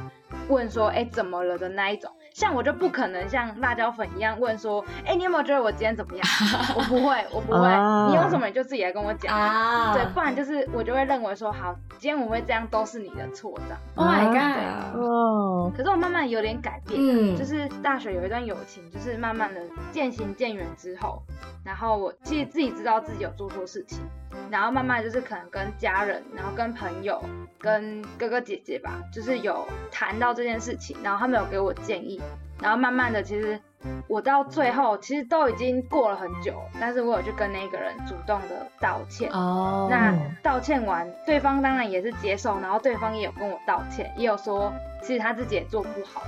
Speaker 2: 问说，哎、怎么了的那一种。像我就不可能像辣椒粉一样问说，哎、你有没有觉得我今天怎么样？ 我不会，我不会。
Speaker 3: 啊
Speaker 2: 你有什么你就自己来跟我讲。
Speaker 1: 啊，
Speaker 2: 对，不然就是我就会认为说，好，今天我会这样都是你的错这样。
Speaker 1: ，Oh my
Speaker 2: 啊
Speaker 1: god，
Speaker 3: 哦，
Speaker 2: 可是我慢慢有点改变，
Speaker 1: 嗯，
Speaker 2: 就是大学有一段友情，就是慢慢的渐行渐远之后，然后我其实自己知道自己有做错事情，然后慢慢就是可能跟家人，然后跟朋友，跟哥哥姐姐吧，就是有谈到这件事情，然后他们有给我建议，然后慢慢的其实我到最后其实都已经过了很久，但是我有去跟那个人主动的道歉。
Speaker 1: 哦，
Speaker 2: 那道歉完，对方当然也是接受，然后对方也有跟我道歉，也有说其实他自己也做不好，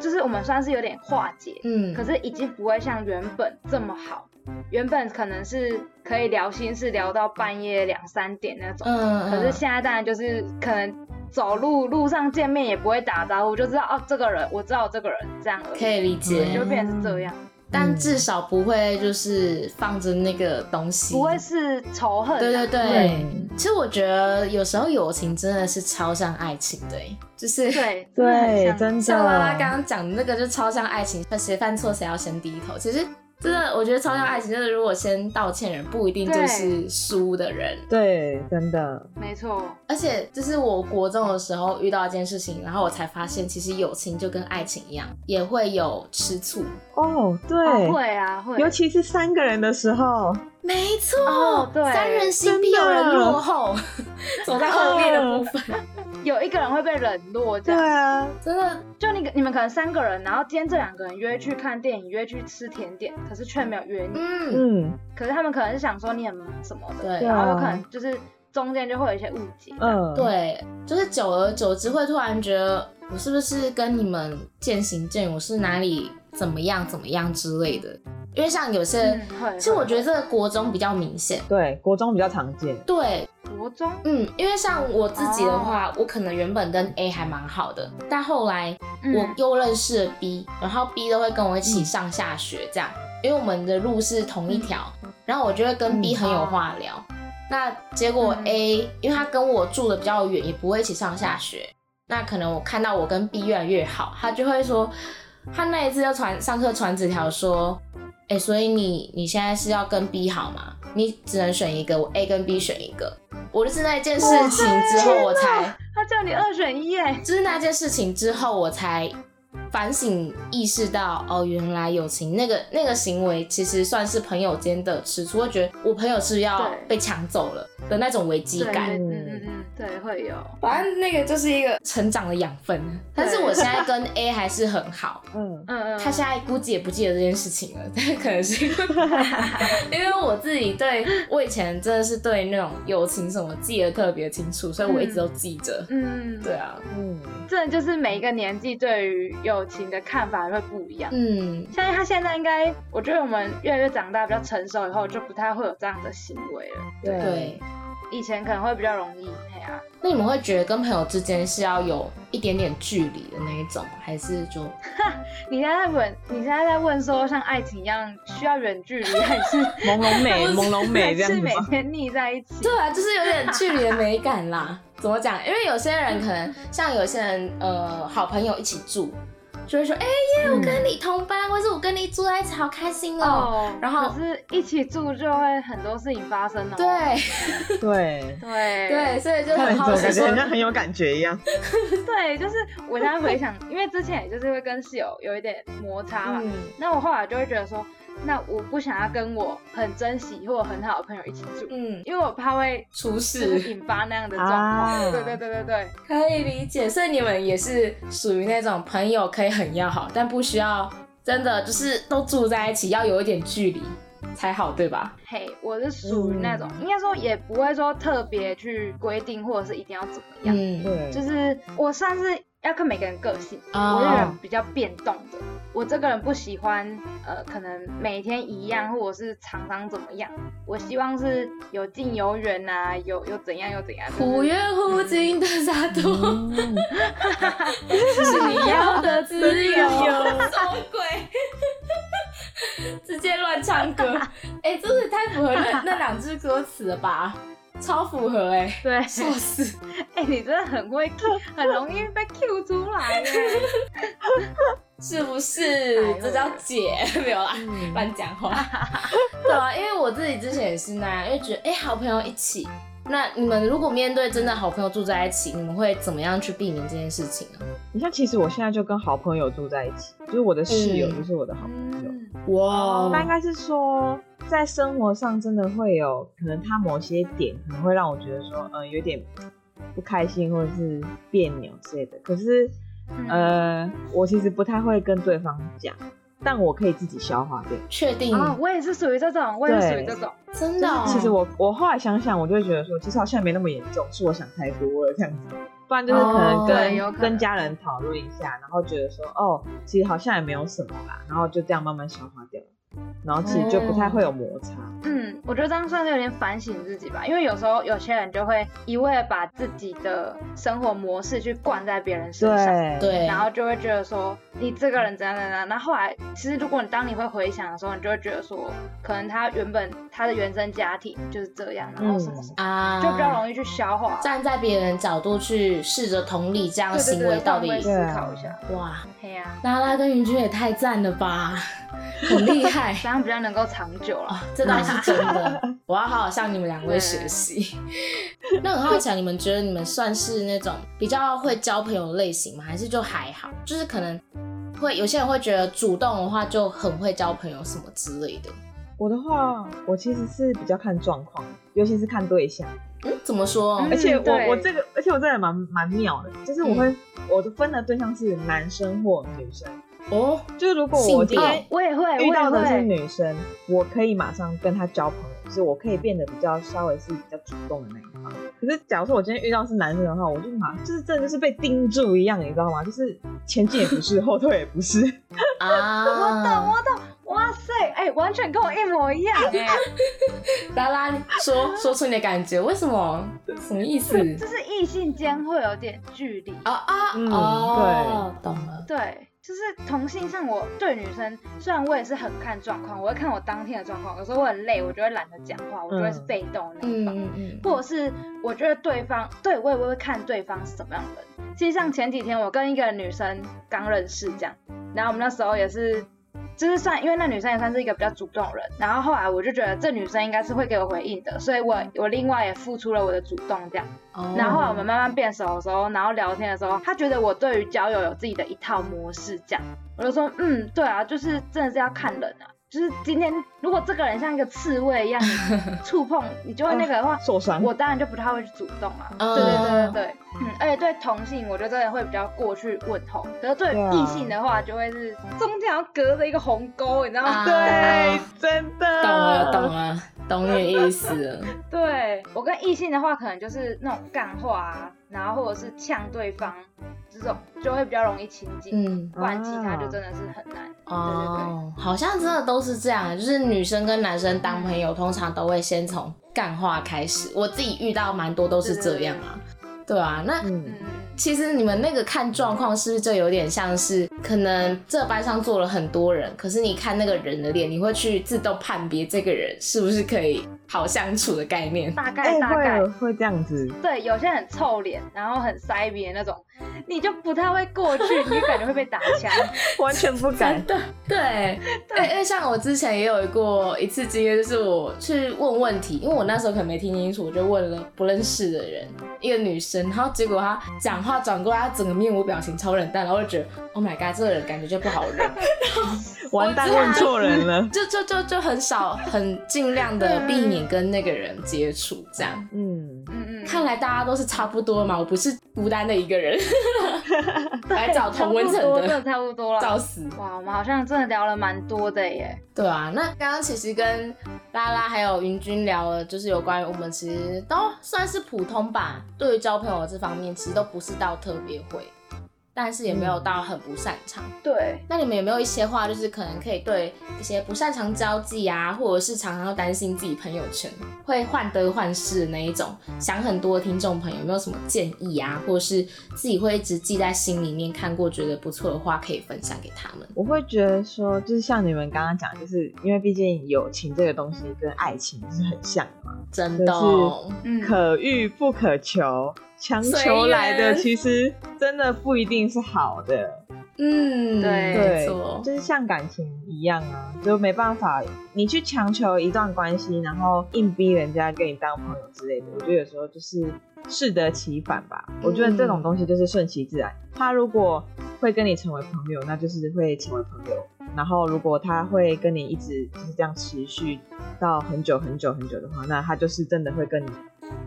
Speaker 2: 就是我们算是有点化解，
Speaker 1: 嗯，
Speaker 2: 可是已经不会像原本这么好。原本可能是可以聊心事聊到半夜两三点那种，
Speaker 1: 嗯，
Speaker 2: 可是现在当然就是可能走路路上见面也不会打招呼，就知道哦这个人，我知道这个人这样而已
Speaker 1: 可以理解，
Speaker 3: 嗯
Speaker 2: 就变成是这样，
Speaker 1: 但至少不会就是放着那个东西，
Speaker 2: 不会是仇恨啊、
Speaker 1: 对对对。
Speaker 3: 对
Speaker 1: 其实我觉得有时候友情真的是超像爱情的欸，就是
Speaker 2: 对
Speaker 3: 对，
Speaker 2: 真的很像
Speaker 3: 真
Speaker 1: 像拉拉刚
Speaker 3: 的，
Speaker 1: 刚讲的那个就超像爱情，谁犯错谁要先低头。其实真的，我觉得超像爱情，就是如果先道歉人不一定就是输的人。
Speaker 3: 对，真的，
Speaker 2: 没错，
Speaker 1: 而且就是我国中的时候遇到一件事情，然后我才发现，其实友情就跟爱情一样，也会有吃醋。
Speaker 3: 哦，
Speaker 2: 哦
Speaker 1: 欸
Speaker 3: 对，
Speaker 2: 会啊会，
Speaker 3: 尤其是三个人的时候，
Speaker 1: 没错，
Speaker 2: 哦对
Speaker 1: 三人行必有人落后，走在后面的部分，
Speaker 2: 有一个人会被冷落这
Speaker 3: 对
Speaker 2: 样。
Speaker 3: 啊，
Speaker 1: 真的
Speaker 2: 就你你们可能三个人，然后今天这两个人约去看电影，约去吃甜点，可是却没有约你。
Speaker 1: 嗯，
Speaker 3: 嗯
Speaker 2: 可是他们可能是想说你很忙什么的，
Speaker 1: 对
Speaker 2: 然后有可
Speaker 3: 啊
Speaker 2: 能就是中间就会有一些误解。
Speaker 3: 嗯，，
Speaker 1: 对，就是久而久之会突然觉得我是不是跟你们渐行渐远，我是哪里怎么样怎么样之类的。因为像有些
Speaker 2: 嗯
Speaker 1: 人，，
Speaker 2: 会。
Speaker 1: 其实我觉
Speaker 2: 得
Speaker 1: 得这个国中比较明显。
Speaker 3: 对，国中比较常见，
Speaker 1: 对，
Speaker 2: 国中
Speaker 1: 嗯，因为像我自己的话，我可能原本跟 A 还蛮好的，但后来我
Speaker 2: 嗯
Speaker 1: 又认识了 B，、然后 B 都会跟我一起上下学这样，因为我们的路是同一条，然后我就会跟 B
Speaker 3: 嗯
Speaker 1: 很有话聊。那结果
Speaker 2: 嗯
Speaker 1: A，、因为他跟我住的比较远，也不会一起上下学，那可能我看到我跟 B 越来越好，他就会说，他那一次就传上课传纸条说，哎、所以你你现在是要跟 B 好吗？你只能选一个，我 A 跟 B 选一个。我就是那件事情之后，我才
Speaker 2: 他叫你二选一耶，
Speaker 1: 就是那件事情之后，我才反省意识到，哦，原来友情那个那个行为其实算是朋友间的吃醋，会觉得我朋友是不是要
Speaker 2: 对
Speaker 1: 被抢走了的那种危机
Speaker 2: 对对，
Speaker 1: 感。
Speaker 2: 嗯嗯嗯，对会有，
Speaker 1: 反正那个就是一个成长的养分。但是我现在跟 A 还是很好，
Speaker 3: 嗯，
Speaker 2: 嗯嗯，
Speaker 1: 他现在估计也不记得这件事情了， 但可能是因为因为我自己对我以前真的是对那种友情什么记得特别清楚，所以我一直都记着。
Speaker 2: 嗯，
Speaker 1: 对，啊，
Speaker 3: 嗯，
Speaker 2: 这就是每一个年纪对于友情的看法会不一样。
Speaker 1: 嗯，
Speaker 2: 像他现在应该，我觉得我们越来越长大，比较成熟以后，就不太会有这样的行为了。
Speaker 1: 对。
Speaker 3: 对，
Speaker 2: 以前可能会比较容易，嘿啊。
Speaker 1: 那你们会觉得跟朋友之间是要有一点点距离的那一种吗，还是就
Speaker 2: 你现在在问，你现在在问说像爱情一样需要远距离，还是
Speaker 3: 朦胧 美，朦胧 美
Speaker 2: 还
Speaker 3: 这样
Speaker 2: 是
Speaker 3: 子
Speaker 2: 每
Speaker 3: 吗？
Speaker 2: 天腻在一起？
Speaker 1: 对啊，就是有 点距离的美感啦。怎么讲？因为有些人可能像有些人呃，好朋友一起住，就会说，哎、耶，我跟你同班，或是我跟你住在一起，好开心哦。
Speaker 2: 哦，
Speaker 1: 然后
Speaker 2: 可是一起住就会很多事情发生哦。
Speaker 1: 对
Speaker 3: 对，
Speaker 2: 对
Speaker 1: 对，所以就
Speaker 3: 看
Speaker 1: 很
Speaker 3: 你怎
Speaker 1: 好
Speaker 3: 么
Speaker 1: 奇
Speaker 3: 感觉
Speaker 1: 说
Speaker 3: 好，像很有感觉一样。
Speaker 2: 对，就是我现在回想，因为之前也就是会跟室友有一点摩擦嘛，
Speaker 1: 嗯，
Speaker 2: 那我后来就会觉得说，那我不想要跟我很珍惜或很好的朋友一起住，
Speaker 1: 嗯，
Speaker 2: 因为我怕会
Speaker 1: 厨
Speaker 2: 就是
Speaker 1: 师
Speaker 2: 引发那样的状况。
Speaker 3: 啊
Speaker 2: 对对对对对，
Speaker 1: 可以理解，所以你们也是属于那种朋友可以很要好，但不需要真的就是都住在一起，要有一点距离才好，对吧？
Speaker 2: 嘿，我是属于那种，
Speaker 3: 嗯
Speaker 2: 应该说也不会说特别去规定或者是一定要怎么样，
Speaker 1: 嗯，
Speaker 3: 对，
Speaker 2: 就是我算是要看每个人个性，
Speaker 1: 哦
Speaker 2: 我这个人比较变动的。我这个人不喜欢，呃，可能每天一样，或者是常常怎么样。我希望是有近有远啊，有有怎样有怎样。就是
Speaker 1: 忽远忽近的洒脱。
Speaker 3: 嗯
Speaker 1: 是你要的自由，
Speaker 3: 自由
Speaker 1: 什么鬼？直接乱唱歌，哎、真的太符合那那两句歌词了吧？超符合哎、
Speaker 2: 对，
Speaker 1: 笑死！
Speaker 2: 哎、你真的很会 Q，很容易被 Q 出来 耶。
Speaker 1: 是不是
Speaker 2: 哎？
Speaker 1: 这叫姐 没有啦，乱讲话。对啊，因为我自己之前也是那样，因为觉得哎、好朋友一起。那你们如果面对真的好朋友住在一起，你们会怎么样去避免这件事情呢？
Speaker 3: 你像其实我现在就跟好朋友住在一起，就是我的室友
Speaker 1: 嗯哦
Speaker 3: 就是我的好朋友。
Speaker 2: 嗯，
Speaker 1: 哇
Speaker 3: 那应该是说，在生活上真的会有可能他某些点可能会让我觉得说，呃，有点不开心或者是别扭之类的。可是，
Speaker 2: 嗯
Speaker 3: 呃，我其实不太会跟对方讲，但我可以自己消化掉。
Speaker 1: 确定、
Speaker 2: 啊，我也是属于这种，我也是属于这种。
Speaker 1: 真
Speaker 3: 就
Speaker 1: 的哦、
Speaker 3: 是其实我我后来想想，我就会觉得说，其实好像也没那么严重，是我想太多了这样子。不然就是可
Speaker 1: 哦
Speaker 3: 能
Speaker 2: 对
Speaker 3: 跟、
Speaker 2: 有可能
Speaker 3: 跟家人讨论一下，然后觉得说，哦，其实好像也没有什么啦，然后就这样慢慢消化掉，然后其实就不太会有摩擦。
Speaker 2: 嗯，我觉得这样算是有点反省自己吧，因为有时候有些人就会一味的把自己的生活模式去灌在别人身上。
Speaker 3: 对
Speaker 1: 对，
Speaker 2: 然后就会觉得说你这个人怎样怎样，然后后来其实如果你当你会回想的时候，你就会觉得说，可能他原本他的原生家庭就是这样，然后什么
Speaker 3: 嗯
Speaker 2: 什么，
Speaker 1: 啊，
Speaker 2: 就比较容易去消化。
Speaker 1: 站在别人角度去试着同理这样
Speaker 2: 对对
Speaker 1: 行
Speaker 2: 对，
Speaker 1: 为到
Speaker 2: 换
Speaker 1: 底
Speaker 2: 位思
Speaker 3: 对啊
Speaker 2: 考一下。
Speaker 1: 哇，
Speaker 2: 嘿呀、
Speaker 1: 拉拉跟云君也太赞了吧，很厉害
Speaker 2: 这样比较能够长久了
Speaker 1: 哦。，这倒是真的，我要好好向你们两位学习。 那很好奇啊，你们觉得你们算是那种比较会交朋友的类型吗？还是就还好？就是可能会有些人会觉得主动的话就很会交朋友什么之类的。
Speaker 3: 我的话，我其实是比较看状况，尤其是看对象。
Speaker 1: 嗯，怎么说？
Speaker 2: 嗯
Speaker 3: 而且我、
Speaker 2: 对
Speaker 3: 我这个，而且我这个人蛮蛮妙的，就是我会、我的分的对象是男生或女生。
Speaker 1: 哦，
Speaker 3: 就是如果我
Speaker 1: 性别
Speaker 3: 今天
Speaker 2: 我也会，哎我也
Speaker 3: 遇到的是
Speaker 2: 会。
Speaker 3: 女生，我可以马上跟她交朋友，就是我可以变得比较稍微是比较主动的那一方。可是假如说我今天遇到是男生的话，我就马就是真的是被盯住一样，你知道吗？就是前进也不 是，后退也不是。
Speaker 1: 啊，
Speaker 2: 我懂，我懂，哇塞，哎、完全跟我一模一样哎、
Speaker 1: 拉拉说说出你的感觉，为什么？什么意思？
Speaker 2: 就是异性间会有点距离。
Speaker 1: 啊啊
Speaker 2: 哦
Speaker 3: 嗯
Speaker 1: 哦，懂了。
Speaker 2: 对，就是同性上我对女生，虽然我也是很看状况，我会看我当天的状况，有时候我很累，我就会懒得讲话，我就会是被动的那一
Speaker 1: 嗯
Speaker 2: 方。
Speaker 1: 嗯嗯，
Speaker 2: 或者是我觉得对方，对我也会看对方是怎么样的人。其实像前几天我跟一个女生刚认识这样，然后我们那时候也是，就是算因为那女生也算是一个比较主动的人，然后后来我就觉得这女生应该是会给我回应的，所以我我另外也付出了我的主动这样。
Speaker 1: 哦
Speaker 2: 然后后来我们慢慢变熟的时候，然后聊天的时候，她觉得我对于交友有自己的一套模式这样，我就说嗯，对啊，就是真的是要看人啊。就是今天，如果这个人像一个刺猬一样，你触碰你就会那个 的话，
Speaker 3: 受伤，
Speaker 2: 我当然就不太会去主动啊。
Speaker 1: 嗯
Speaker 2: 对对对对对，嗯，而且对同性，我觉得真的会比较过去问候，可是对
Speaker 3: 对啊
Speaker 2: 异性的话，就会是
Speaker 3: 啊
Speaker 2: 中间好像隔着一个鸿沟，你知道吗？
Speaker 1: 啊
Speaker 3: 对，真的
Speaker 1: 懂了懂了懂你的意思了。
Speaker 2: 对我跟异性的话，可能就是那种干话啊，然后或者是呛对方这种，就会比较容易亲近。
Speaker 1: 嗯，
Speaker 2: 不然其
Speaker 3: 啊
Speaker 2: 他就真的是很难。
Speaker 1: 哦，好像真的都是这样，就是女生跟男生当朋友，通常都会先从干话开始。我自己遇到蛮多都是这样啊，对啊，那
Speaker 3: 嗯，
Speaker 2: 嗯，
Speaker 1: 其实你们那个看状况，是不是就有点像是，可能这班上坐了很多人，可是你看那个人的脸，你会去自动判别这个人是不是可以好相处的概念。
Speaker 2: 大概
Speaker 3: 哎、
Speaker 2: 大概。
Speaker 3: 会会这样子，
Speaker 2: 对，有些很臭脸，然后很塞鼻的那种，你就不太会过去，你就感觉会被打枪。
Speaker 3: 完全不敢。
Speaker 1: 对对，哎、因为像我之前也有过一次经验，就是我去问问题，因为我那时候可能没听清楚，我就问了不认识的人，一个女生，然后结果她讲话转过来，她整个面无表情，超冷淡，然后我就觉得，Oh my god，这个人感觉就不好认。
Speaker 3: 完蛋，
Speaker 1: 我知道
Speaker 3: 问 错人了。
Speaker 1: 就就就就很少，很尽量的
Speaker 2: 啊
Speaker 1: 避免跟那个人接触，这样。
Speaker 3: 嗯，
Speaker 2: 嗯嗯，
Speaker 1: 看来大家都是差不多嘛，我不是孤单的一个 人，来找同温层
Speaker 2: 差不多真
Speaker 1: 的
Speaker 2: 的，差不多
Speaker 1: 找
Speaker 2: 了。
Speaker 1: 死。
Speaker 2: 哇，我们好像真的聊了蛮多的耶。
Speaker 1: 对啊，那刚刚其实跟拉拉还有云君聊了，就是有关于我们其实都算是普通吧，对于交朋友这方面，其实都不是到特别会，但是也没有
Speaker 2: 嗯
Speaker 1: 到很不擅长。
Speaker 2: 对，
Speaker 1: 那你们有没有一些话，就是可能可以对一些不擅长交际啊，或者是常常要担心自己朋友圈会患得患失的那一种，想很多的听众朋友有没有什么建议啊，或者是自己会一直记在心里面，看过觉得不错的话，可以分享给他们？
Speaker 3: 我会觉得说，就是像你们刚刚讲，就是因为毕竟友情这个东西跟爱情是很像的嘛，
Speaker 1: 真的
Speaker 3: 就
Speaker 1: 哦，
Speaker 2: 嗯，
Speaker 3: 可遇不可求，强求
Speaker 1: 随
Speaker 3: 来的
Speaker 1: 缘
Speaker 3: 其实真的不一定是好的。
Speaker 1: 嗯，没
Speaker 2: 对
Speaker 3: 对
Speaker 1: 错，，
Speaker 3: 就是像感情一样啊，就没办法，你去强求一段关系，然后硬逼人家跟你当朋友之类的，我觉得有时候就是适得其反吧。我觉得这
Speaker 1: 嗯
Speaker 3: 种东西就是顺其自然。他如果会跟你成为朋友，那就是会成为朋友。然后如果他会跟你一直就是这样持续到很久很久很久的话，那他就是真的会跟你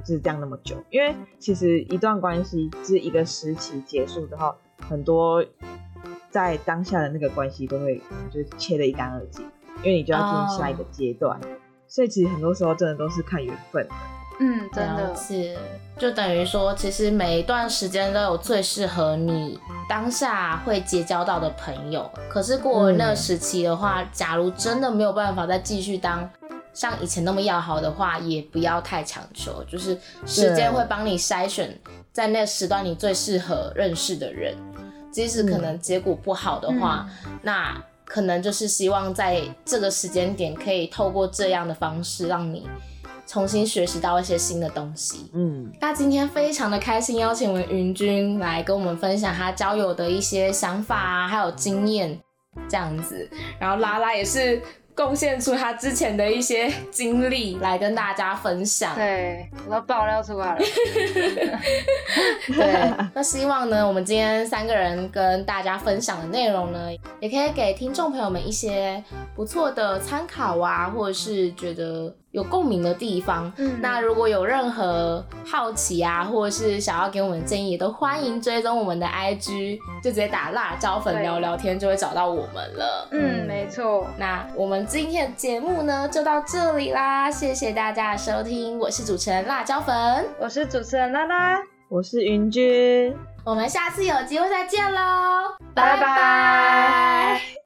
Speaker 3: 就是这样那么久。因为其实一段关系就是一个时期结束之后，很多在当下的那个关系都会就是切得一干二净，因为你就要进入下一个阶段。所以其实很多时候真的都是看缘分。
Speaker 2: 嗯，真的
Speaker 1: 了，解，就等于说，其实每一段时间都有最适合你当下会结交到的朋友。可是过了
Speaker 2: 嗯
Speaker 1: 那个时期的话，假如真的没有办法再继续当像以前那么要好的话，也不要太强求，就是时间
Speaker 3: 对
Speaker 1: 会帮你筛选在那个时段你最适合认识的人。即使
Speaker 2: 嗯
Speaker 1: 可能结果不好的话，那可能就是希望在这个时间点，可以透过这样的方式，让你重新学习到一些新的东西。
Speaker 3: 嗯，
Speaker 1: 那今天非常的开心，邀请我们云君来跟我们分享他交友的一些想法啊，还有经验这样子。然后拉拉也是贡献出他之前的一些经历来跟大家分享。
Speaker 2: 对，我都爆料 出来了。
Speaker 1: 对， 那希望呢，我们今天三个人跟大家分享的内容呢，也可以给听众朋友们一些不错的参考啊，或者是觉得有共鸣的地方。
Speaker 2: 嗯
Speaker 1: 那如果有任何好奇啊，或者是想要给我们建议，也都欢迎追踪我们的 IG，就直接打辣椒粉
Speaker 2: 对
Speaker 1: 聊聊天，就会找到我们了。
Speaker 2: 嗯，没错。
Speaker 1: 那我们今天的节目呢就到这里啦，谢谢大家的收听，我是主持人辣椒粉，
Speaker 2: 我是主持人拉拉，
Speaker 3: 我是云君。
Speaker 1: 我们下次有机会再见喽，
Speaker 2: 拜拜
Speaker 1: 拜